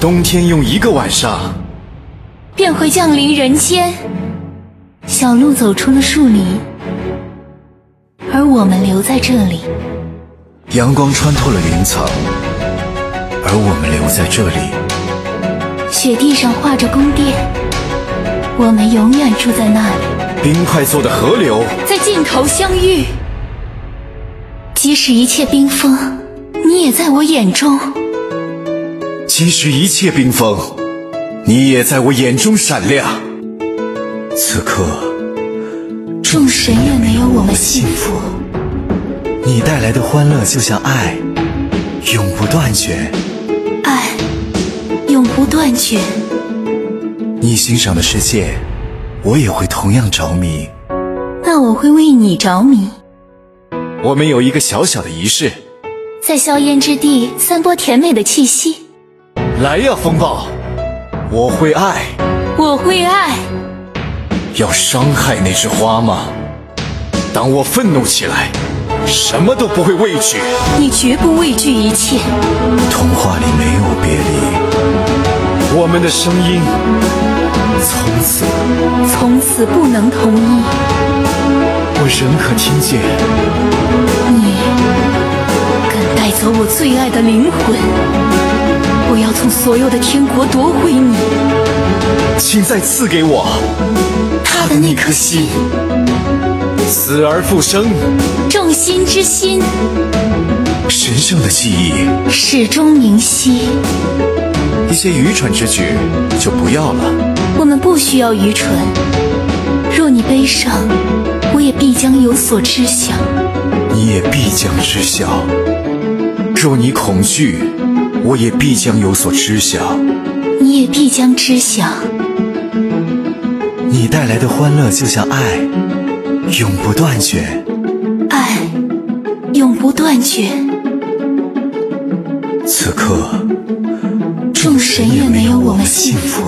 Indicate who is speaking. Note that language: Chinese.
Speaker 1: 冬天用一个晚上
Speaker 2: 便会降临人间。小鹿走出了树林，而我们留在这里。
Speaker 1: 阳光穿透了云层，而我们留在这里。
Speaker 2: 雪地上画着宫殿，我们永远住在那里，
Speaker 1: 冰块做的河流，
Speaker 2: 在尽头相遇。即使一切冰封，你也在我眼中。
Speaker 1: 即使一切冰封，你也在我眼中闪亮。此刻，
Speaker 2: 众神也没有我们幸福。
Speaker 1: 你带来的欢乐就像爱，永不断绝。
Speaker 2: 爱永不断绝。
Speaker 1: 你欣赏的世界，我也会同样着迷。
Speaker 2: 那我会为你着迷，
Speaker 1: 我们有一个小小的仪式，
Speaker 2: 在硝烟之地散播甜美的气息。
Speaker 1: 来呀，风暴！我会爱，
Speaker 2: 我会爱，
Speaker 1: 要伤害那枝花吗？当我愤怒起来，什么都不会畏惧。
Speaker 2: 你绝不畏惧一切。
Speaker 1: 童话里没有别离，我们的声音从此
Speaker 2: 从此不能同一。
Speaker 1: 我仍可听见。
Speaker 2: 你敢带走我最爱的灵魂，我要从所有的天国夺回你。
Speaker 1: 请再赐给我
Speaker 2: 他的那颗心，，
Speaker 1: 死而复生，
Speaker 2: 众心之心，
Speaker 1: 神圣的记忆。
Speaker 2: 始终明晰。
Speaker 1: 一些愚蠢之举就不要了。
Speaker 2: 我们不需要愚蠢。若你悲伤，我也必将有所知晓。
Speaker 1: 你也必将知晓。若你恐惧，我也必将有所知晓。
Speaker 2: 你也必将知晓，
Speaker 1: 你带来的欢乐就像爱，永不断绝。
Speaker 2: 爱永不断绝，
Speaker 1: 此刻，
Speaker 2: 众神也没有我们幸福。